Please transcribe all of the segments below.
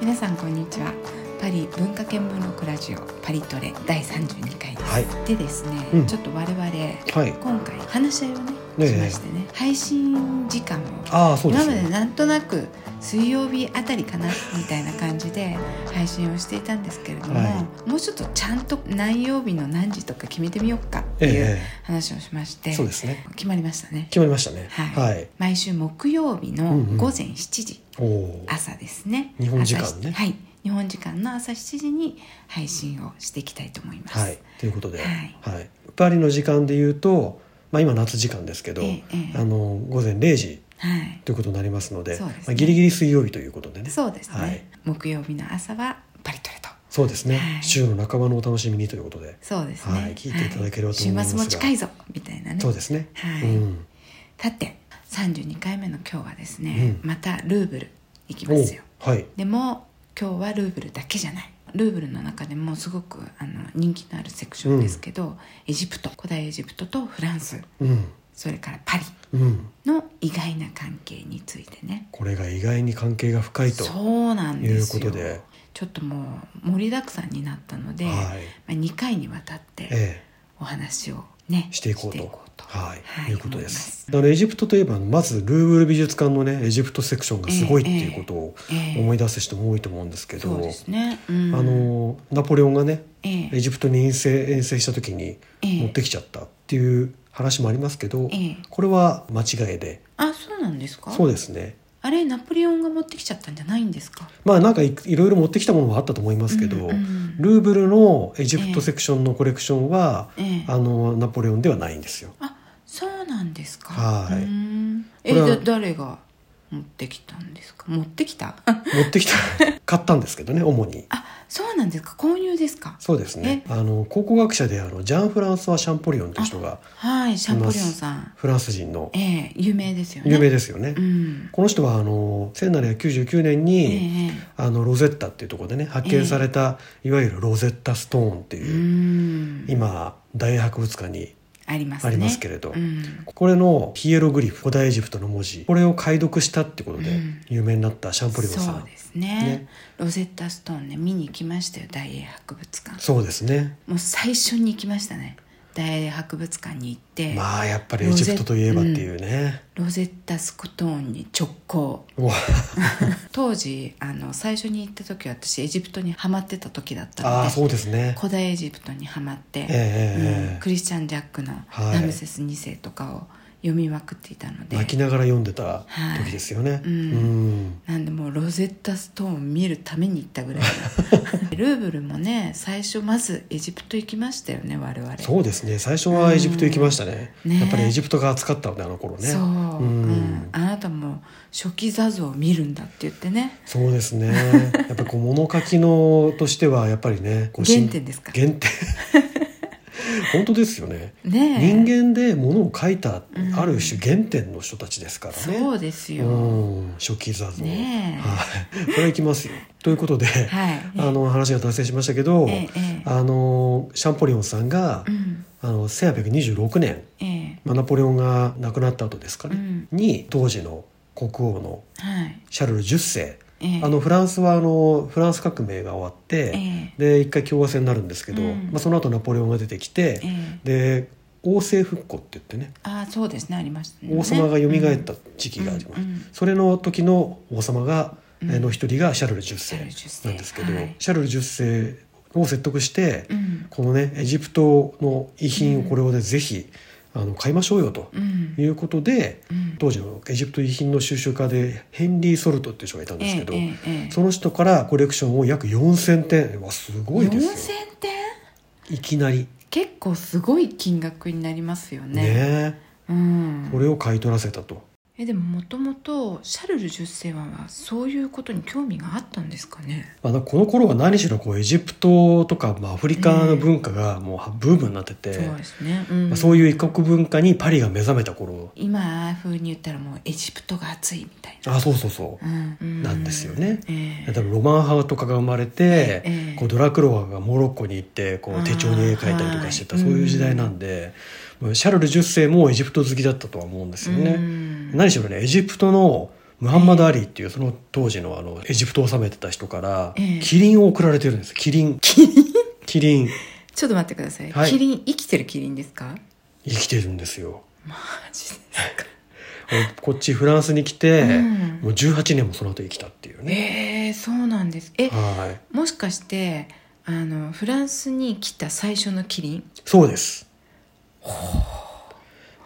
皆さんこんにちはパリ文化見聞録ラジオパリトレ第32回です、はいでですね、うんちょっと我々はい。今回話し合いをねええしましてね、配信時間をああ、そうで今すまでね。なんとなく水曜日あたり かなみたいな感じで配信をしていたんですけれども、はもうちょっとちゃんと何曜日の何時とか決めてみようかってえいうえ話をしまして、ええそうですね。決まりましたね決まりましたね。ははい。毎週木曜日のうんうん午前7時、おお。朝ですね日本時間朝しねはい日本時間の朝7時に配信をしていきたいと思いますはい。ということで、はいはい。パリの時間で言うと、まあ今夏時間ですけど、ええええあの午前0時はいということになりますので、そうですねまあギリギリ水曜日ということでね。そうですね、はい木曜日の朝はパリトレとそうですね。はい週の半ばのお楽しみにということで、そうですね、はい聞いていただければと思いますがは週末も近いぞみたいなねそうですね。はいうん。さて32回目の今日はですね、うんまたルーブルいきますよおはい。でも今日はルーブルだけじゃないルーブルの中でもすごくあの人気のあるセクションですけど、エジプト古代エジプトとフランスうん。それからパリうん。の意外な関係についてねこれが意外に関係が深いと。そうなんですいようことでちょっともう盛りだくさんになったので、はい。まあ、2回にわたってええ。お話をねしていこうとははいい、いいうことですだからエジプトといえばまずルーブル美術館のねエジプトセクションがすごいっていうことをええええ思い出す人も多いと思うんですけそうどですね、うあん、のナポレオンがねえエえジプトに遠征遠征した時にええ持ってきちゃったっていう話もありますけどええこれは間違いであそうなんですかそうですねあれナポレオンが持ってきちゃったんじゃないんですかまあなんかいいろいろ持ってきたものはあったと思いますけうんどうんルーブルのエジプトセクションのコレクションはええあのナポレオンではないんですよ。あそうなんですかはいうーんえこれはだ誰が持ってきたんですか持ってきた 持ってきた買ったんですけどね主に。あそうなんですか購入ですかそうですね。あの考古学者であのジャン・フランスワ・シャンポリオンという人がはいシャンポリオンさんフランス人のええ有名ですよね有名ですよね。うんこの人はあの1799年えに、えあのロゼッタっていうところでね発見された、いわゆるロゼッタストーンってういう、ん今大英博物館にありますねありますけれど、うんこれのヒエログリフ古代エジプトの文字これを解読したってことうでん有名になったシャンポリオンさん、そうですねねロゼッタストーンね見に行きましたよ大英博物館そうですね。もう最初に行きましたね大英博物館に行って、まあやっぱりエジプトといえばっていうね。ロゼッタストーンに直行うわ当時あの最初に行った時は私エジプトにハマってた時だったああのそでうですね。古代エジプトにハマって、ええうんクリスチャン・ジャックの「はいラムセス2世」とかを読みまくっていたので、泣きながら読んでた時ですよね、いうんなんでもうロゼッタストーン見るために行ったぐら いなルーブルもね最初まずエジプト行きましたよね我々そうですね最初はエジプト行きましたね,、うんねやっぱりエジプトが暑かったのであの頃ねそう、ううんんあなたも初期座像を見るんだって言ってねそうですねやっぱりこう物書きのとしてはやっぱりねこうしん原点ですか原 点本当ですよねねえ人間で物を書いたうんある種原点の人たちですからね、そうですよ、うん初期座像、ねえはいこれ行きますよということで、はいあの話が達成しましたけど、ええええあのシャンポリオンさんが、うんあの1826年、ええまあ、ナポレオンが亡くなった後ですかね、に当時の国王のはいシャルル10世、ええあのフランスはあのフランス革命が終わって、えで一回共和制になるんですけど、うんまあ、その後ナポレオンが出てきてえ、えで王政復古って言ってねああそうですねありましたね王様が蘇った時期があります、うんうんそれの時の王様が、うんえの一人がシャルル10シャルル10世世なんですけど、はいシャルル10世を説得して、うんこのねエジプトの遺品をこれをね、ぜひあの買いましょうよとうんいうことで、うん当時のエジプト遺品の収集家でヘンリー・ソルトっていう人がいたんですけど、ええええその人からコレクションを約4,000点うわすごいですよ4000点いきなり結構すごい金額になりますよねねうんこれを買い取らせたとえでももともとシャルル10世はそういうことに興味があったんですかねまあ、この頃は何しろこうエジプトとか、まあ、アフリカの文化がもうブームになってて、そうですね、うんまあ、そういう異国文化にパリが目覚めた頃今風に言ったらもうエジプトが熱いみたいあそうそうそうな、うんうんなんですよねええ多分ロマン派とかが生まれて、ええこうドラクロワがモロッコに行ってこあーう手帳に絵描いたりとかしてた、はいそういう時代なんで、もうシャルル10世もエジプト好きだったとは思うんですよね。うん何しろねエジプトのムハンマド・アリーっていうその当時のあのエジプトを治めてた人からええキリンを送られてるんですキ リンキリンキリンちょっと待ってください、はいキリン生きてるキリンですか生きてるんですよマジであのこっちフランスに来て、うんもう18年もその後生きたっていうね、えー、そうなんですえはいもしかしてあのフランスに来た最初のキリンそうです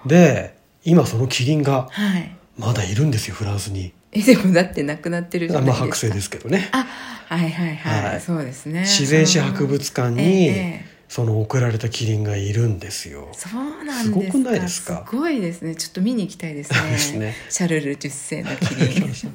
で今そのキリンがはいまだいるんですよフランスにえでもだってなくなってるじゃあないまあですか、剥製ですけどねあはいはいはい、はいそうですね自然史博物館ええにええその送られたキリンがいるんですよそうなんですかすごくないですかすごいですねちょっと見に行きたいですそうねですねシャルル10世のキ リンそ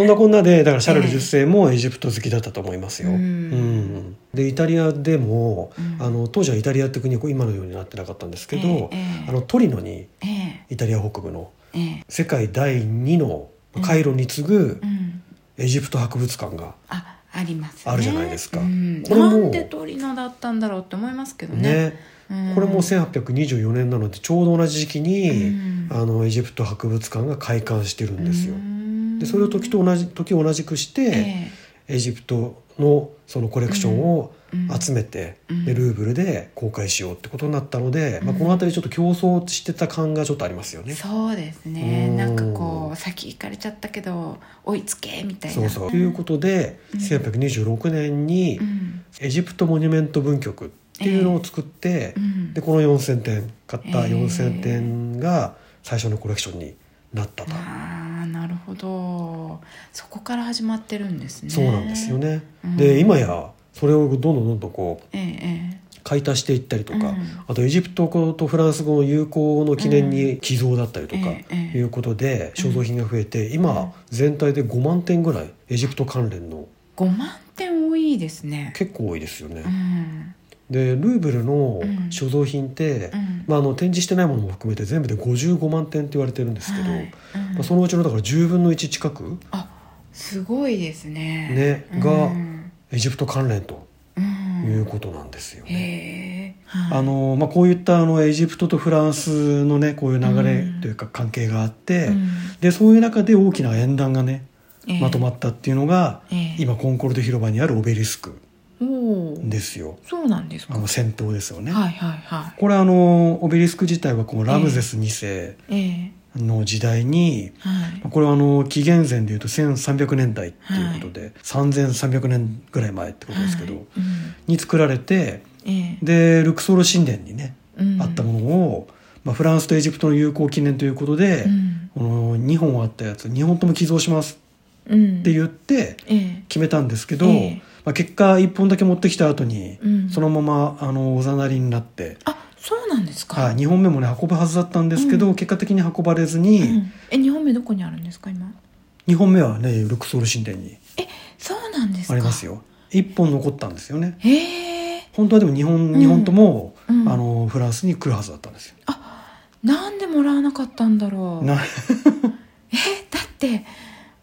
んなこんなでだからシャルルええ10世もエジプト好きだったと思いますよ、うんうんでイタリアでも、うんあの当時はイタリアって国はこう今のようになってなかったんですけど、ええええあのトリノにええイタリア北部のええ世界第2のカイロに次ぐうんエジプト博物館がああります、ね、あるじゃないですかうんこれもなんでトリノだったんだろうって思いますけどねねうんこれも1824年なのでちょうど同じ時期に、うんあのエジプト博物館が開館してるんですよう。んでそれを時と同じ時を同じくして、えエジプトのそのコレクションをえうん集めて、うんでルーブルで公開しようってことになったので、まあ、うんこの辺りちょっと競争してた感がちょっとありますよね。そうですねうんなんかこう先行かれちゃったけど追いつけみたいなそうそうということで、うん1826年にうんエジプトモニュメント文局っていうのを作って、うんでこの4,000点買ったええ4,000点が最初のコレクションになったと、ああなるほどそこから始まってるんですねそうなんですよね。うんで今やそれをどんどんどんどんこうえええ解体していったりとか、うんあとエジプト語とフランス語の友好の記念に寄贈だったりとかええええいうことで肖像品が増えて今全体で5万点ぐらいエジプト関連のえ5万点多いですね結構多いですよねう。んでルーブルのうん所蔵品って、うんまあ、あの展示してないものも含めて全部で55万点って言われてるんですけど、はいうんまあ、そのうちのだから10分の1近くあすごいですねねがうんエジプト関連とうんいうことなんですよね。へえあのまあ、こういったあのエジプトとフランスのねこういう流れというか関係があって、でそういう中で大きな演談がねまとまっったっていうのが、ええ今コンコルド広場にあるオベリスクおおーですよそうなんですかあの戦闘ですよね。はいはいはこれあのオベリスク自体はこうラムゼス2世いえの時代にえ、はいこれはあの紀元前でいうと1300年代っていうことで、3300年ぐらい前ってことですけど、はいうんに作られてええでルクソール神殿にね、うんあったものを、まあ、フランスとエジプトの友好記念ということで、うんこの2本あったやつ2本とも寄贈しますうんって言ってええ決めたんですけど、ええまあ、結果1本だけ持ってきた後に、うんそのままあのおざなりになって。あそうなんですかはい、2本目もね運ぶはずだったんですけど、うん結果的に運ばれずに、うんえ二本目どこにあるんですか今2本目はねルクソール神殿にえそうなんですかありますよ1本残ったんですよねへえ本当はでも日本,、ん日本とも、うんあのフランスに来るはずだったんですよ、なんでもらわなかったんだろうなえだって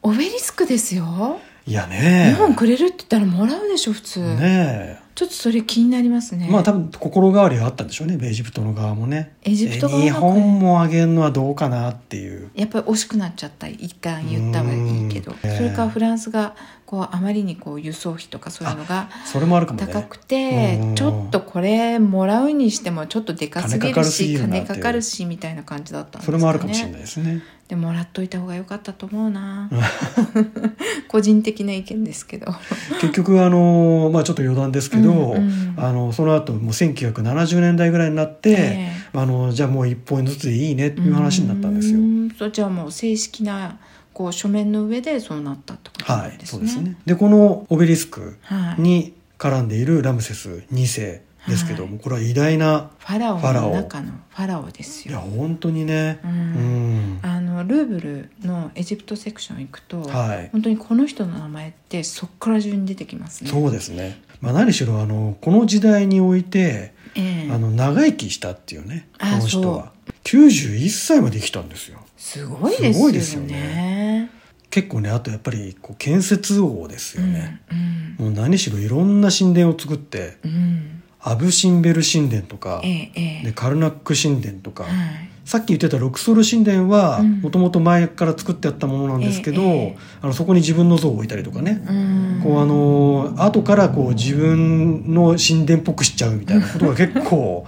オベリスクですよいや日ね本くれるって言ったらもらうでしょ普通ねちょっとそれ気になりますえ、ねまあ多分心変わりはあったんでしょうねエジプトの側もねエジプト側もえ日本もあげるのはどうかなっていうやっぱり惜しくなっちゃった一旦言ったはいいけどうんそれからフランスがこうあまりにこう輸送費とかそういうのがそれもあるかもね高くて、うんちょっとこれもらうにしてもちょっとでかすぎるし金金かかるすぎるなってかかるしみたいな感じだったんですそかねれもあるかもしれないですねでもらっといた方が良かったと思うな 個人的な意見ですけど結局あの、まあ、ちょっと余談ですけど、うんうんあのその後もう1970年代ぐらいになって、えあのじゃあもう1本ずつでいいねっていう話になったんですよう。んそうじゃあもう正式なこう書面の上でそうなったってことなはんい、ですそね。うですね。でこのオベリスクはいに絡んでいるラムセス2世ですけども、これは偉大なファラオファラオの中のファラオですいやよ。本当にね、ううんん、あのルーブルのエジプトセクション行くと、はい本当にこの人の名前ってそっから順に出てきますね。そうですね。まあ何しろあのこの時代において、ええあの長生きしたっていうね、こあの人は91歳まで生きたんですよ。すごいですよね。すごいですよね結構ねあとやっぱりこう建設王ですよね。うんもう何しろいろんな神殿を作って、うんうんアブシンベル神殿とか、ええええでカルナック神殿とか。はいさっき言ってたロクソール神殿はうんもともと前から作ってあったものなんですけど、ええあのそこに自分の像を置いたりとかね、うんこうあの後からこう自分の神殿っぽくしちゃうみたい なことが結構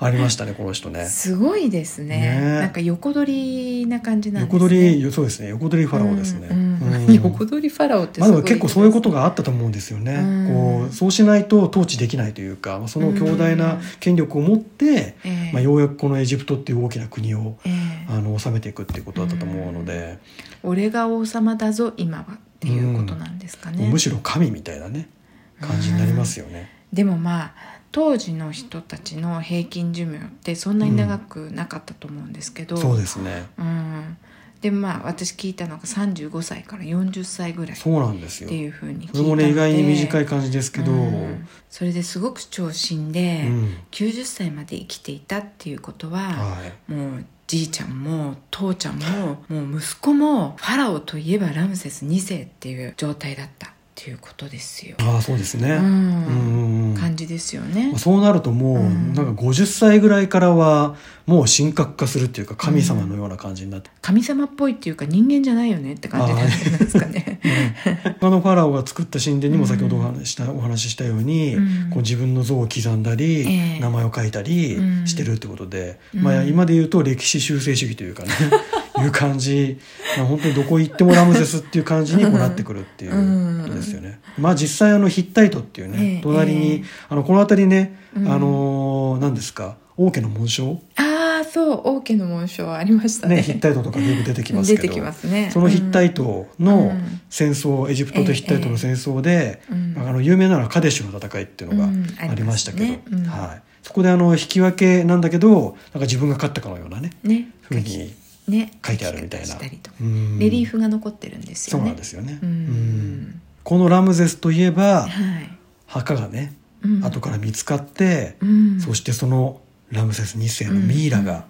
ありましたねこの人ね。すごいですねねなんか横取りな感じなんです横ね取りそうですね横取りファラオですね。うんうんうん 横取りファラオってまあ、すでごいも結構そういうことがあったと思うんですよね、うんこうそうしないと統治できないというかその強大な権力を持って、ええまあ、ようやくこのエジプトっていう大きな国をええあの治めていくっていうことだったと思うので、俺が王様だぞ今はっていうことなんですかね、むしろ神みたいなね感じになりますよね。でもまあ当時の人たちの平均寿命ってそんなに長くなかったと思うんですけど、そうですねうんでまあ私聞いたのが35歳から40歳ぐらいっそうなんですよていうふうに聞いたそれもね意外に短いで感じですけど、うんそれですごく長身で、うん90歳まで生きていたっていうことは、はいもうじいちゃんも父ちゃんももう息子もファラオといえばラムセス2世っていう状態だったっていうことですよ、ああそうですね、ううんんうんうん感じですよねまあ、そうなるともう、うんなんか50歳ぐらいからはもう神格化するっていうか神様のような感じになって、神様っぽいっていうか人間じゃないよねって感じなんですかね。他のファラオが作った神殿にも先ほどお話しした,、お話ししたように、うんこう自分の像を刻んだり、ええ名前を書いたりうんしてるってことで、うんまあ、今で言うと歴史修正主義というかねいう感じ、まあ、本当にどこ行ってもラムセスっていう感じにこうなってくるっていうことですよね。まあ、実際あのヒッタイトっていうね、ええ隣に、ええあのこの辺りね、うんあのー何ですか王家の紋章 ああそう王家の紋章ありましたね。ね、ヒッタイトとかよく出てきますけ出どてきますね。そのヒッタイトのうん戦争、エジプトとヒッタイトの戦争で、うんあの有名なのはカデシュの戦いっていうのうんがありましたけど、ありますねうんはい、そこであの引き分けなんだけどなんか自分が勝ったかのようなねうんねふうにね書いてあるみたいな書き方したりとかうんレリーフが残ってるんですよそうね。なんですよね、うんうんこのラムゼスといえばはい。墓がねうん後から見つかって、うんそしてそのラムセス2世のミイラが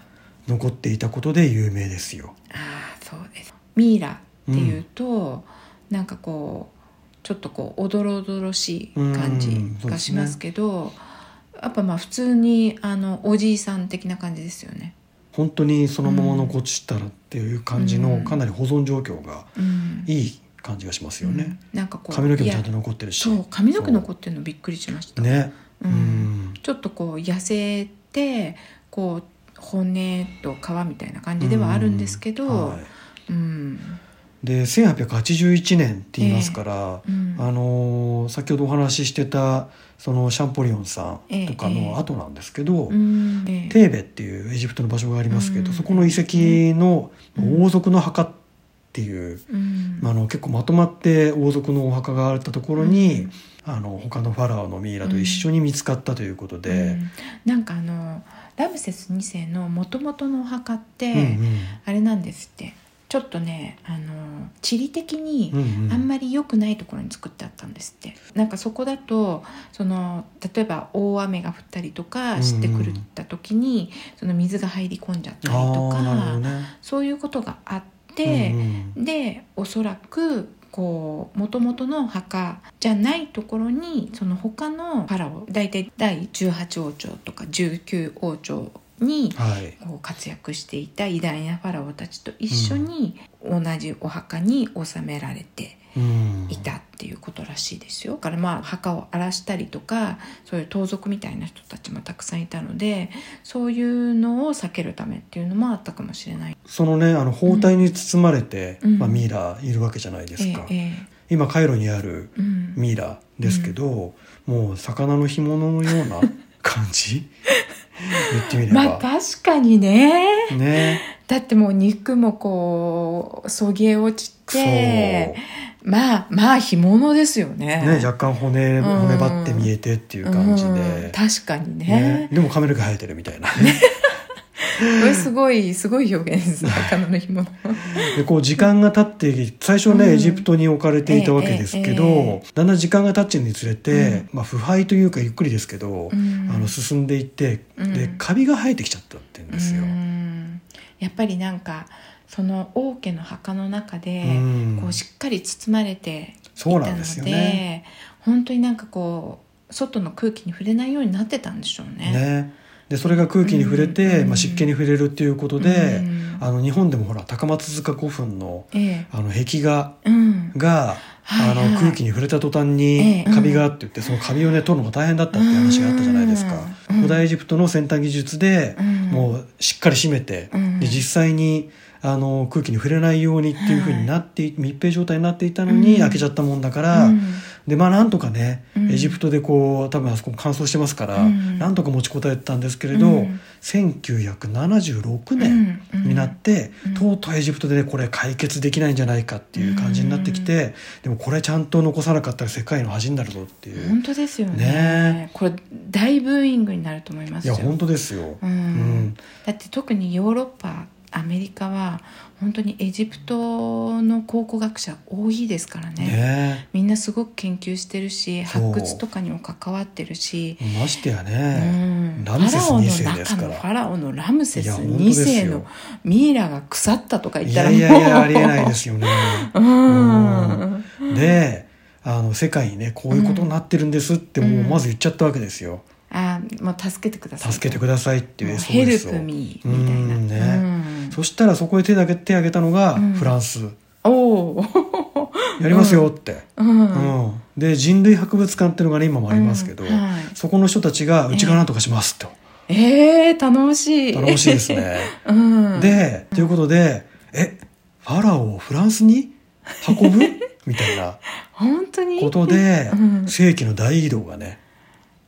残っていたことで有名ですよ。ああそうです。ミイラっていうと、なんかこうちょっとこうおどろおどろしい感じがしますけど、やっぱまあ普通にあのおじいさん的な感じですよね。本当にそのまま残したらっていう感じうのんかなり保存状況がうん、いい感じがしますよね、うんなんかこう髪の毛もちゃんといや残ってるしそう髪の毛残ってるのびっくりしました、ねううんん、ちょっとこう痩せてこう骨と皮みたいな感じではあるんですけど、うんはいで1881年って言いますから、うんあのー先ほどお話ししてたそのシャンポリオンさんとかええええの後なんですけど、うんええテーベっていうエジプトの場所がありますけうど、んそこの遺跡の王族の墓っていう、うんまあ、あの結構まとまって王族のお墓があったところに、うんあの他のファラオのミイラと一緒に見つかったということうで、んなんかあのラムセス2世のもともとのお墓って、うんうんあれなんですってちょっとねあの地理的にうんうんあんまり良くないところに作ってあったんですって、なんかそこだとその例えば大雨が降ったりとかしてくるった時に、その水が入り込んじゃったりとあーなるほか、どねそういうことがあってうん、うんでおそらくこう元々の墓じゃないところにその他のファラオ大体第18王朝とか19王朝にはいこう活躍していた偉大なファラオたちと一緒に同じお墓に納められてうんいたっていうことらしいですよ。だからまあ墓を荒らしたりとかそういう盗賊みたいな人たちもたくさんいたのでそういうのを避けるためっていうのもあったかもしれない。そのねあの包帯に包まれて、うんまあ、ミイラいるわけじゃないですか、ええ今カイロにあるええうんミイラですけど、もう魚の干物のよ うな感じ言ってみれば、まあ確かにねねだってもう肉もこうそげ落ちそうてねまあまあ干物ですよね若干骨骨張って見えてっていう感じで、うん確かにねねでも髪の毛生えてるみたいな、これすごいすごい表現です ね魚の干物でこう時間が経って最初ね、うんエジプトに置かれていたわけですけど、えええだんだん時間が経つにつれて、うまあ、腐敗というかゆっくりですけど、うんあの進んでいって、うんでカビが生えてきちゃったって言うんですよ。うんやっぱりなんかその王家の墓の中で、うんこうしっかり包まれていたそうのなんでですよね本当になんかこう外の空気に触れないようになってたんでしょうねねでそれが空気に触れうんうんて、うんまあ、湿気に触れるっていうことで、うんあの日本でもほら高松塚古墳のええあの壁画うんはが、いはいあの空気に触れた途端ええにうんカビがあって言って、そのカビをね取るのが大変だったっていう話があったじゃないですか、うん古代エジプトの先端技術で、うんもうしっかり締めて、うんで実際にあの空気に触れないようにっていうふうになって、密閉状態になっていたのに、うん開けちゃったもんだから、うんでまあなんとかね、うんエジプトでこう多分あそこも乾燥してますから、うんなんとか持ちこたえてたんですけれど、うん1976年うんになって、うんとうとうエジプトでねこれ解決できないんじゃないかっていう感じになってきて、でもこれちゃんと残さなかったら世界の恥になるぞっていう、本当ですよねねこれ大ブーイングになると思いまいすよや本当ですよ、うんだって特にヨーロッパアメリカは本当にエジプトの考古学者多いですからねねみんなすごく研究してるしそう発掘とかにも関わってるし、ましてやうね、ん、ラムセス二世ですからファラオの中のファラオのラムセいやス本当で2す世よのミイラが腐ったとか言っいたらやもういやいやありえないですよね。うん、うんであの世界にねこういうことになってるんですってもうまず言っちゃったわけですよ、あもう助けてください助けてくださいっていうもう SOS をヘルプミーみたいな、うんねうんそしたらそこへ手だけ手挙げたのがうんフランス、おお、やりますよって、うんうんで人類博物館っていうのがね今もありますけど、うんはいそこの人たちがうちがなんとかしますと、えー、頼もしい頼もしいです、ね うん、でということでえファラオをフランスに 運ぶみたいな本当にことで、うん世紀の大移動がね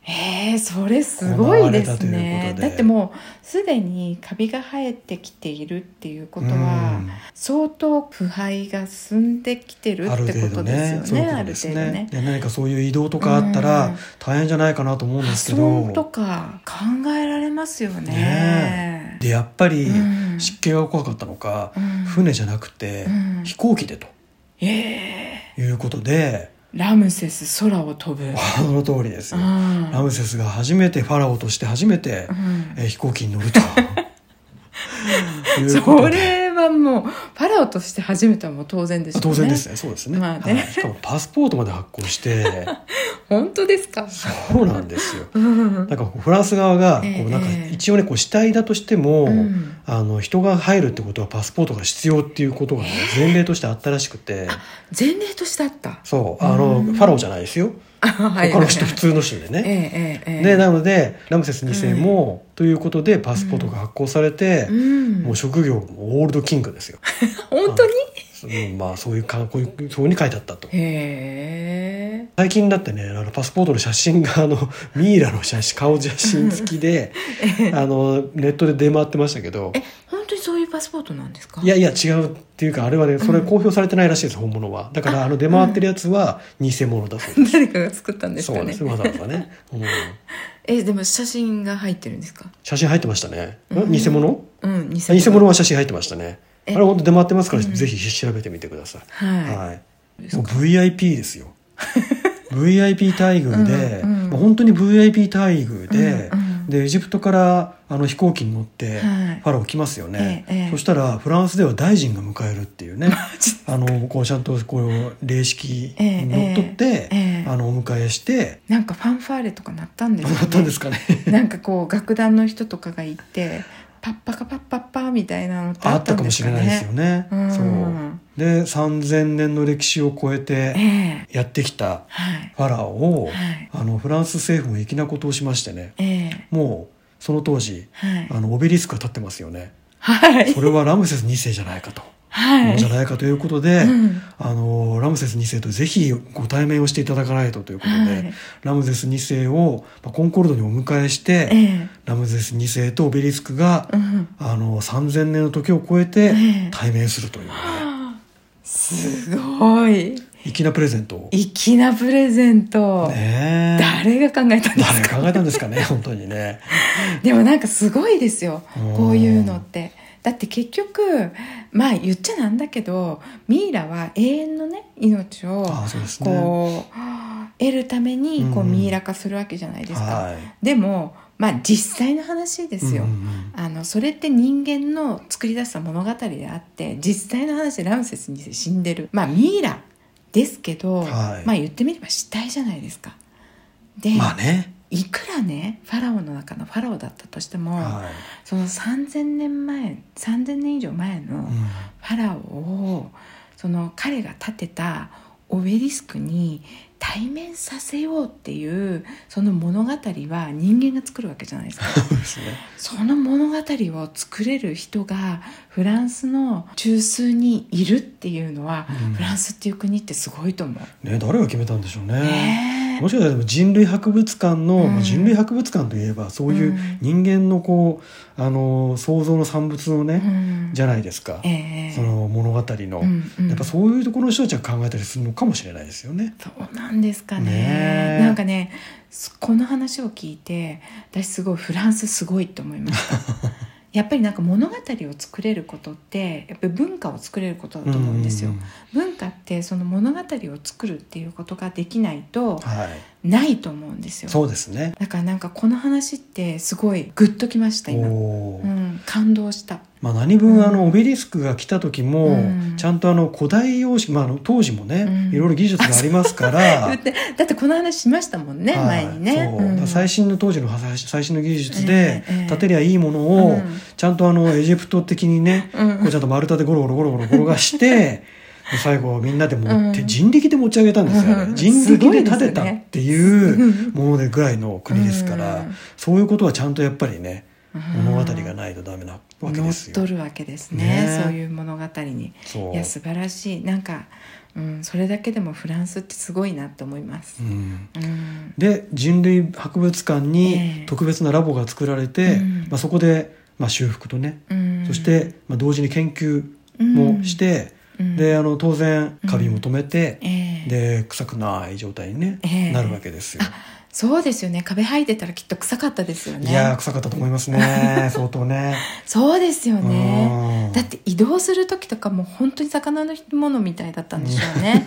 えー、それすごいで行われたとすいうねことでだってもうすでにカビが生えてきているっていうことは、うん相当腐敗が進んできてるあるってこ程と度でねすそうよねいうこあとるです程ね度ね。で何かそういう移動とかあったうらん大変じゃないかなと思うんですけ発ど、音とか考えられますよね。ねでやっぱりうん湿気が怖かったのか、うん船じゃなくてうん飛行機でとえいうことで、ー、ラムセス空を飛ぶ。その通りですよ、うんラムセスが初めてファラオとして初めて、うんえー飛行機に乗るというこ そとでれはもうファラオとして初めてはもう当然でしょうね。当然ですねそうですね,、まあねはいしかもパスポートまで発行して 本当ですか。そうなんですようんなんかこうフランス側がこええうなんかええ一応ねこう死体だとしても、うんあの人が入るってことはパスポートが必要っていうことが、ね、前例としてあったらしくて、前例としてあった。 そうあの、ファラオじゃないですよ他他の人普通の人でえね。えええええでなのでラムセス2世も、ということでパスポートが発行されて、うん、もう職業もオールドキングですよ。本当にうんまあそういうかこういうそうに書いてあったと。へえ最近だってねあのパスポートの写真があのミイラの写真顔写真付きで あのネットで出回ってましたけどえ本当にそういうパスポートなんですかいやいや違うっていうかあれはねそれ公表されてないらしいです、本物はだからあの出回ってるやつは偽物だそうで、誰かが作ったんですすそうかなんでねすわざわざね、うんえでも写真が入ってるんですか写真入ってましたね、ん偽物うん偽偽物は写真入ってましたねあえれ本当出回ってますから、ぜひ調べてみてください、はいもう VIP です よ VIP 待遇で、うんうんまあ本当に VIP 待遇で、うんうんでエジプトからあの飛行機に乗ってはいファラオ来ますよね、ええええそしたらフランスでは大臣が迎えるっていうねあのこうちゃんとこう礼式にのっとって、ええええあのお迎えして、なんかファンファーレとかなったんですどうだったんですかかねねなんかこう楽団の人とかがいてパッパカパッパッパーみたいなのって ああっったたんかでもすしかれないですねよね、うんそうで3,000年の歴史を超ええてえやってきたはいファラオを、はいあのフランス政府も粋なことをしましてね、ええもうその当時はいあのオベリスクが立ってますよねはいそれはラムセス2世じゃないかと、 はいじゃないかということで、うんあのラムセス2世とぜひご対面をしていただかないとということで、はいラムセス2世をまあコンコルドにお迎えして、ええラムセス2世とオベリスクが、うんあの3,000年の時を超えてええ対面す るというね、すごい粋なプレゼントを。粋なプレゼント、ねえ誰が考えたんです誰かが考えたんですかね本当にね。でもなんかすごいですようんこういうのってだって結局まあ言っちゃなんだけどミイラは永遠のね命をああそうですね。こう得るためにこううんミイラ化するわけじゃないですか、はい。でもまあ実際の話ですよ、うんうんあのそれって人間の作り出した物語であって実際の話でラムセス2世死んでるまあミイラですけど、はいまあ言ってみれば死体じゃないですかで、うんまあね。いくらねファラオの中のファラオだったとしても、はいその3,000年前3,000年以上前のうんファラオをその彼が建てたオベリスクに対面させようっていうその物語は人間が作るわけじゃないです かそうですねその物語を作れる人がフランスの中枢にいるっていうのは、うんフランスっていう国ってすごいと思う。ね誰が決めたんでしょうね。ねえもしかしたらでも人類博物館の、うん人類博物館といえばそういう人間のこう、あの想像の産物のね、うんじゃないですか、ええその物語の、うんうんやっぱそういうところの人たちが考えたりするのかもしれないですよね。そうなんですかねねえなんかねすこの話を聞いて私すごいフランスすごいと思いました やっぱりなんか物語を作れることってやっぱり文化を作れることだと思うんですよ、うんうんうん文化ってその物語を作るっていうことができないとはい、ないと思うんですよそうですね。だからなんかこの話ってすごいグッときました今、おーうん、感動したまあ、何分、うんあのオベリスクが来た時も、うんちゃんとあの古代様式、まあ、あの当時もね、うんいろいろ技術がありますからだってだってこの話しましたもんね、は前いにねそうだから最新の当時のはさ最新の技術でええええ建てりゃいいものうをんちゃんとあのエジプト的にねうんこうちゃんと丸太でゴロゴロゴロゴロ転がしてで最後みんなで持ってうん人力で持ち上げたんですようねん人力で建てすたごいですよねっていうものでぐらいの国ですからうんそういうことはちゃんとやっぱりねうん物語がないとダメなわけです乗よっ。取るわけですねねそういう物語にそういや素晴らしいなんか、うん、それだけでもフランスってすごいなって思いますう、んうんで人類博物館えにえ特別なラボが作られて、うんまあ、そこで、まあ、修復とね、うんそして、まあ、同時に研究もして、うんであの当然カビも止めて、ええで臭くない状態に、ねええなるわけですよ。そうですよね壁生えてたらきっと臭かったですよねいやー臭かったと思います ね相当ね。そうですよねうんだって移動する時とかもう本当に魚のものみたいだったんでしょう ね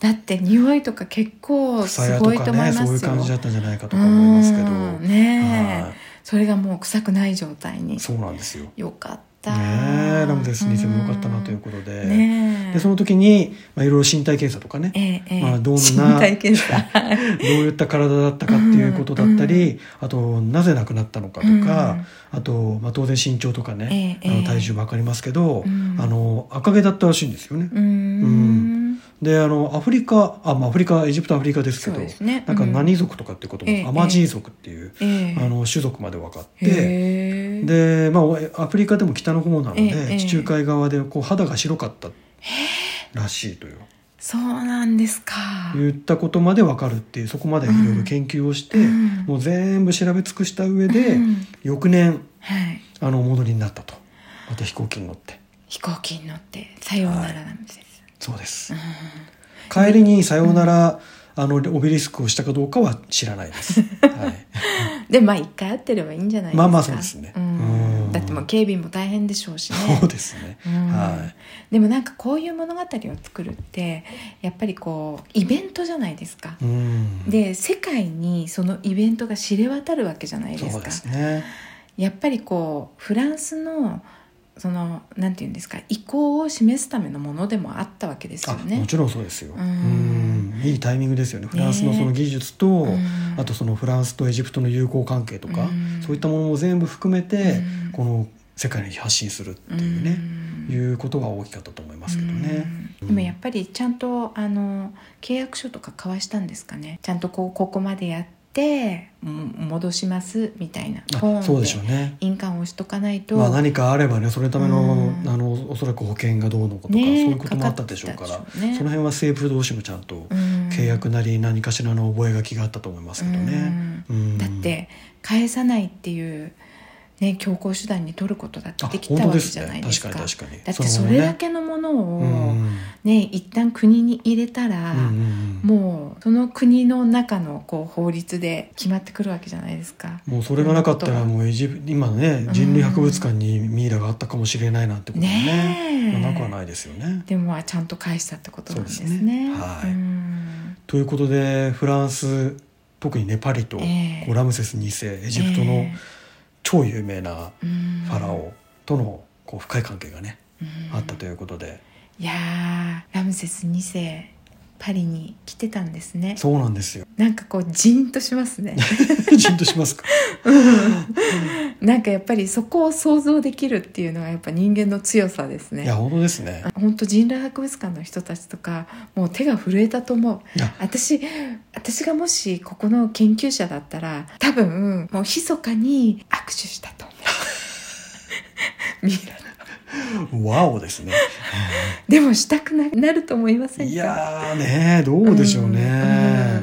だって匂いとか結構草す屋ごといとか思いまねすよそういう感じだったんじゃないかとか思いますけど、うんねえはいそれがもう臭くない状態にそうなんですよ。ねよかったえラムゼス2世も良かったなということで,、とねえでその時に、まあ、いろいろ身体検査とかね、ええええまあどんな身体検査 はいどういった体だったかっていうことだったり、あとなぜ亡くなったのかとか、あと、まあ、当然身長とかね、えええあのえ体重分かりますけど、うんあの赤毛だったらしいんですよね。うーんであのアフリカあ、まあ、アフリカエジプトアフリカですけどそうですねなんかうん何族とかってことも、ええアマジー族っていう、ええあの種族まで分かって。へえでまあお、アフリカでも北の方なので、ええええ地中海側でこう肌が白かったらしいという、そうなんですか言ったことまで分かるっていうそこまでいろいろ研究をして、うんもう全部調べ尽くした上で、うん翌年はいあのお戻りになったとまた飛行機に乗って飛行機に乗ってさようならなんです、そうです、帰りにさようなら、あのオベリスクをしたかどうかは知らないです、はい、でまあ一回会ってればいいんじゃないですかまあまあそうですねうんうんだってもう警備も大変でしょうしねそうですね、うんはいでもなんかこういう物語を作るってやっぱりこうイベントじゃないですか、うんで世界にそのイベントが知れ渡るわけじゃないですそうかですねやっぱりこうフランスのそのなんて言うんですか意向を示すためのものでもあったわけですあよもね。ちろんそうですよ、ううんんいいタイミングですよねフランスのその技術と、うんあとそのフランスとエジプトの友好関係とうか、んそういったものも全部含めて、うんこの世界に発信するっていうね、うんいうことが大きかったと思いますけどね。うんでもやっぱりちゃんとあの契約書とか交わしたんですかねちゃんとこうここまでやっても戻しますみたいなポーンあってそうでしょうね。印鑑を押しとかないと、まあ何かあればねそれための,、うんあのおそらく保険がどうのことか、ねえそういうこともあったでしょうからかかってたでしょうねその辺は西部同士もちゃんとうん契約なり何かしらの覚書があったと思いますけどね。うんだって返さないっていう、ね、強硬手段に取ることだってあできた本わ当けですじゃなねいで確すかかに確かにだってのそねれだけのものをうんね一旦国に入れたら、うんうんうんもうその国の中のこう法律で決まってくるわけじゃないですか。もうそれがなかったらもうエジプ今ね人類博物館にミイラがあったかもしれないなんてこともねねえまあなくはないですよね。でもまあちゃんと返したってことなんですね。そうですねはいうんということでフランス特にねパリと、ええこうラムセス2世エジプトのえ超有名なえうんファラオとのこう深い関係がね、うんあったということでいやーラムセス2世パリに来てたんですねそうなんで すよなんかこうジーンとしますねじんとしますかなんかやっぱりそこを想像できるっていうのはやっぱ人間の強さですいやね本当ですね本当人類博物館の人たちとかもう手が震えたと思ういや私私がもしここの研究者だったら多分もう密かに握手したと思 うミイラワオですね でもしたくななると思いませんかいやーねどうでしょうね、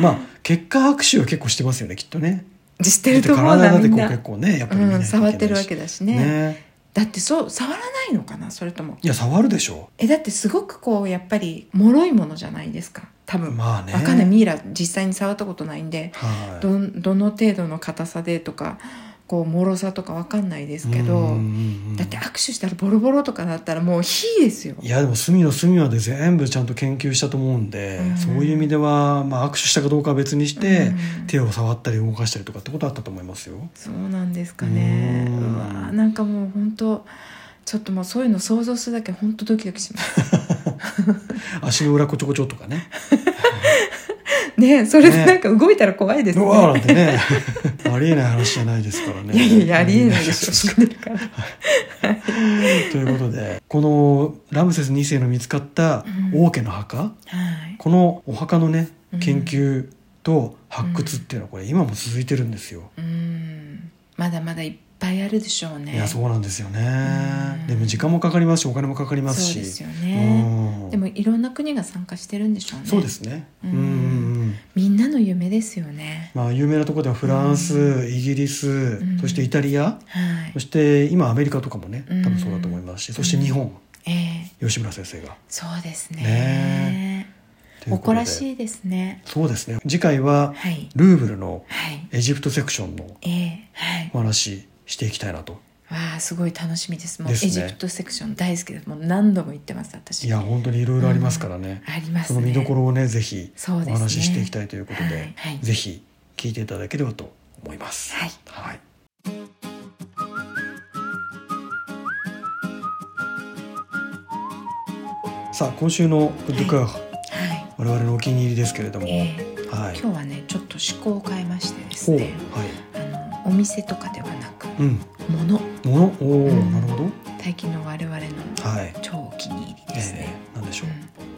まあ結果握手は結構してますよねきっとね知ってると思うだなみってん体だなってこう結構ねやっぱり見なうん、いといけな触いしってるわけだしねだってそう触らないのかなそれともいや触るでしょえだってすごくこうやっぱり脆いものじゃないですか多分、まあねわかんないミイラ実際に触ったことないんではいどんどの程度の硬さでとかこう脆さとかわかんないですけど、うんうんうんだって握手したらボロボロとかだったらもう火ですよいやでも隅の隅まで全部ちゃんと研究したと思うんで、うんそういう意味では、まあ、握手したかどうかは別にして、うん手を触ったり動かしたりとかってことあったと思いますよ。そうなんですかねうんうわーなんかもう本当ちょっともうそういうの想像するだけ本当ドキドキします 足の裏こちょこちょとかね。ねそれでなんか動いたら怖いですうねわーなんてねありえない話じゃないですからね。いやいやいやありえないでしょそう死んでる からそう ということでこのラムセス2世の見つかった王家の墓、はいこのお墓のねうん研究と発掘っていうのはこれ今も続いてるんですよ。うんまだまだいっぱいあるでしょうねいやそうなんですようねんでも時間もかかりますしお金もかかりますしそうですよねうんでもいろんな国が参加してるんでしょうねそうですねううんんうんうんみんなの夢ですよねまあ有名なところではフランス、イギリス、んそしてイタリアはいそして今アメリカとかもねうん多分そうだと思いますし、そして日本ええ吉村先生がそうですねね誇らいしいですねそうですね次回ははいルーブルのはいエジプトセクションのええはいお話していきたいなとわあすごい楽しみですもうですエねジプトセクション大好きですもう何度も行ってます私いや本当にいろいろありますからね、ありますそねの見どころをねぜひそうおですね話ししていきたいということではいはいぜひ聞いていただければと思います。はいはいさあ今週の「グッドカー」はい我々のお気に入りですけれども、ええはい今日はねちょっと趣向を変えましてですほうねはいあのお店とかではなくうん物ものおお、うんなるほど最近の我々のはい超お気に入りえですね、えなんでしょうん、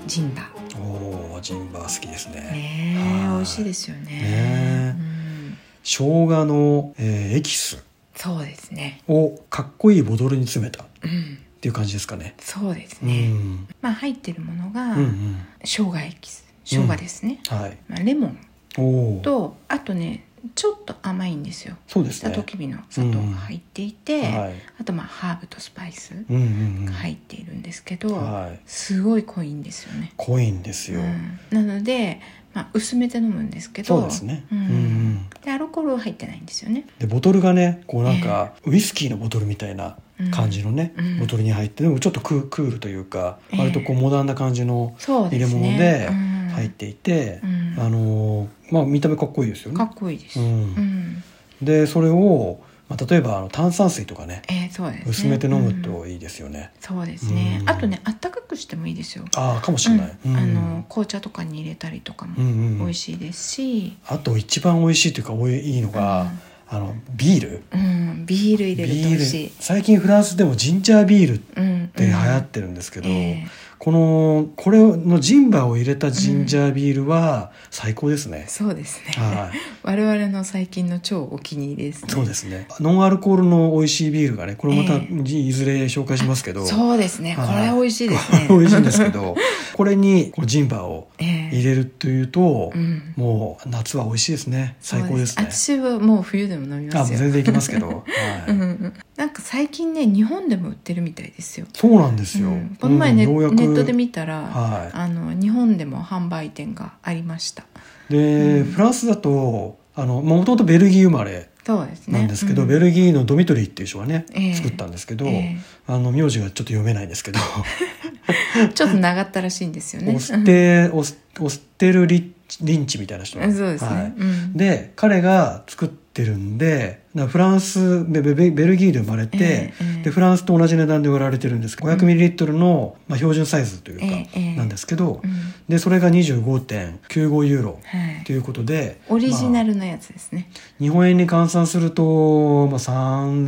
ジンバう、おおジンバー好きですねねえはい美味しいですよねねえうん、生姜の、えーエキスそうですねをかっこいいボトルに詰めたっうんていう感じですかね。そうですうんね、まあ入ってるものが、うんうん生姜エキス生姜ですね、はい。まあ、レモンおお。とあとねちょっと甘いんですよそうです下ねと。きびの砂糖が入っていて、はい。あとまあハーブとスパイスうんうんうん。が入っているんですけど、はい。すごい濃いんですよね、濃いんですうよ。ん、なので、まあ、薄めて飲むんですけどそうですね。ううんんうん。でアルコールは入ってないんですよねでボトルがね、こうなんかウイスキーのボトルみたいな感じのねうんうん、ボトルに入ってでもちょっとクークールというか、ええ割とこうモダンな感じのそう入でれす物ねでうん入っていてう、んあのーまあ見た目かっこいいですよかねっ。こいいです、ううんん。でそれをまあ例えばあの炭酸水とかね、えーそうですね薄めて飲むうんといいですよね。そうですね、うんあとねあったかくしてもいいですよああかもしれない。うんうんあの紅茶とかに入れたりとかもうんうん美味しいですし、あと一番美味しいというかおいいいのが、あのビールうんビール入れると美味しビいール、最近フランスでもジンジャービールっうんて流行っててるんですけるど、このこれのジンバーを入れたジンジャービールは最高ですね、そうですね、はい、 我々の最近の超お気に入りですねそうですねノンアルコールの美味しいビールがねこれまたえいずれ紹介しますけど、そうですねこはいれ美味しいですね 美味しいんですけどこれにこうジンバーをえ え入れるというと、うんもう夏は美味しいですね最高ですねそう私はもう冬でも飲みあますよ全然いきます けど、はいうんうんなんか最近ね日本でも売ってるみたいですよ、そうなんですよ、うんこの前ね、うんようやくネットで見たら、はいあの日本でも販売店がありましたで、フランスだとあのもともとベルギー生まれそうですねなんですけど、うベルギーのドミトリーっていう人がね、ええ作ったんですけど、ええあの名字がちょっと読めないんで すけど、ちょっと長ったらしいんですよねオステオスオステルリッリンチみたいな人うなんんそうですね、はいうんで彼が作ってるんでだからフランスベベベベルギーで生まれて、ええええでフランスと同じ値段で売られてるんですけど 500ml の、まあ、標準サイズというかええええなんですけど、うんでそれが25.95ユーロはいということでオリジナル、ルのやつですね、まあ日本円に換算すると、まあ、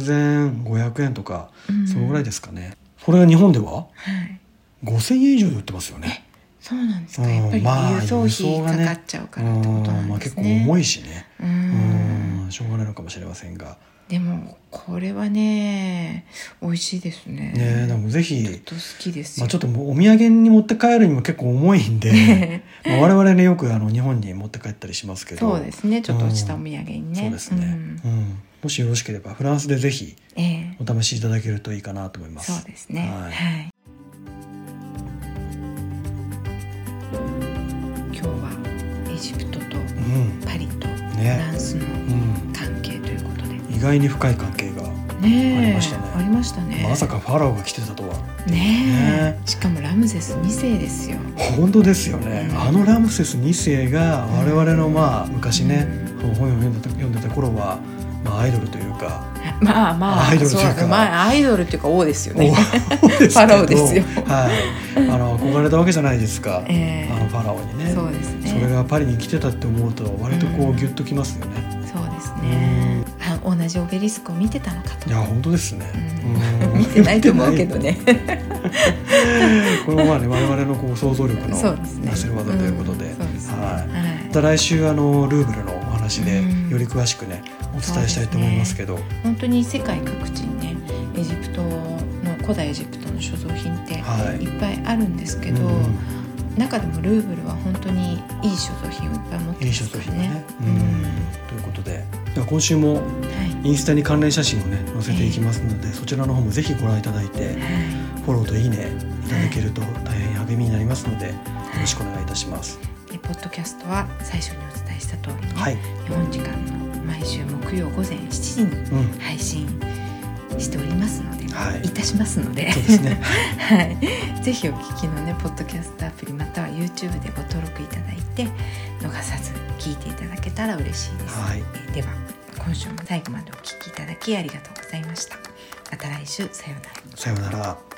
3500円とかうんそのぐらいですかね、これが日本でははい5000円以上で売ってますよねそうなんですうかんやっぱりま輸あ送輸送がね費かかっちゃうからってことなうんんまあ、で結す構ね、重いしねううんんしょうがないのかもしれませんがでもこれはね美味しいですねねでもぜひちょっと好きですまよ、あ、ちょっともうお土産に持って帰るにも結構重い んで、まあ、我々ねよくあの日本に持って帰ったりしますけどそうですねちょっとしたお土産にね、そうですね、んうんもしよろしければフランスでぜひえお試しいただけるといいかなと思いえますそうですねははいい、今日はエジプトとうんパリとフねランスのうん、関係ということで、意外に深い関係が、ねえありましたねありましたねまさかファラオが来てたとはねえねしかもラムゼス2世ですよ 本当ですよねあのラムセス2世が我々のまあ昔ね本を読んでた読んでた頃は、まあ、アイドルというかまあまあアイドルというかそうまあアイドルというか王ですよねおですけど ファラオですよはい、あの憧れたわけじゃないですか、ええあのファラオにねそうですねそれがパリに来てたって思うと割とこううんギュッときますよね、そうですねあ同じオベリスクを見てたのかといや本当ですね、うん うん見てないと思うけどね これもまあね我々のこう想像力のそうですねなせる技ということで,、うんそうですねはいまはた来週あのルーブルのお話でうんより詳しくねお伝えしたいと思いますけどい本当に世界各地にねエジプトの古代エジプトの所蔵品っていはいっぱいあるんですけど、うんうん中でもルーブルは本当にいい所蔵品をいっぱい持っていいま所すから蔵品ねがねうんうんということででは今週もはインスタに関連写真をね載せていきますので、そちらの方もぜひご覧いただいてい、はいフォローといいねいただけると大変励みになりますのでよろしくお願いいたします。えポッドキャストは最初にお伝えした通りね、はい、日本時間の毎週木曜午前7時にうん、配信しておりますので、はいい、たしますのでそうですね。はい、ぜひお聞きのねポッドキャストアプリまたは YouTube でご登録いただいて逃さず聞いていただけたら嬉しいです、はいえーでは今週も最後までお聞きいただきありがとうございましたまた来週さようならさようなら。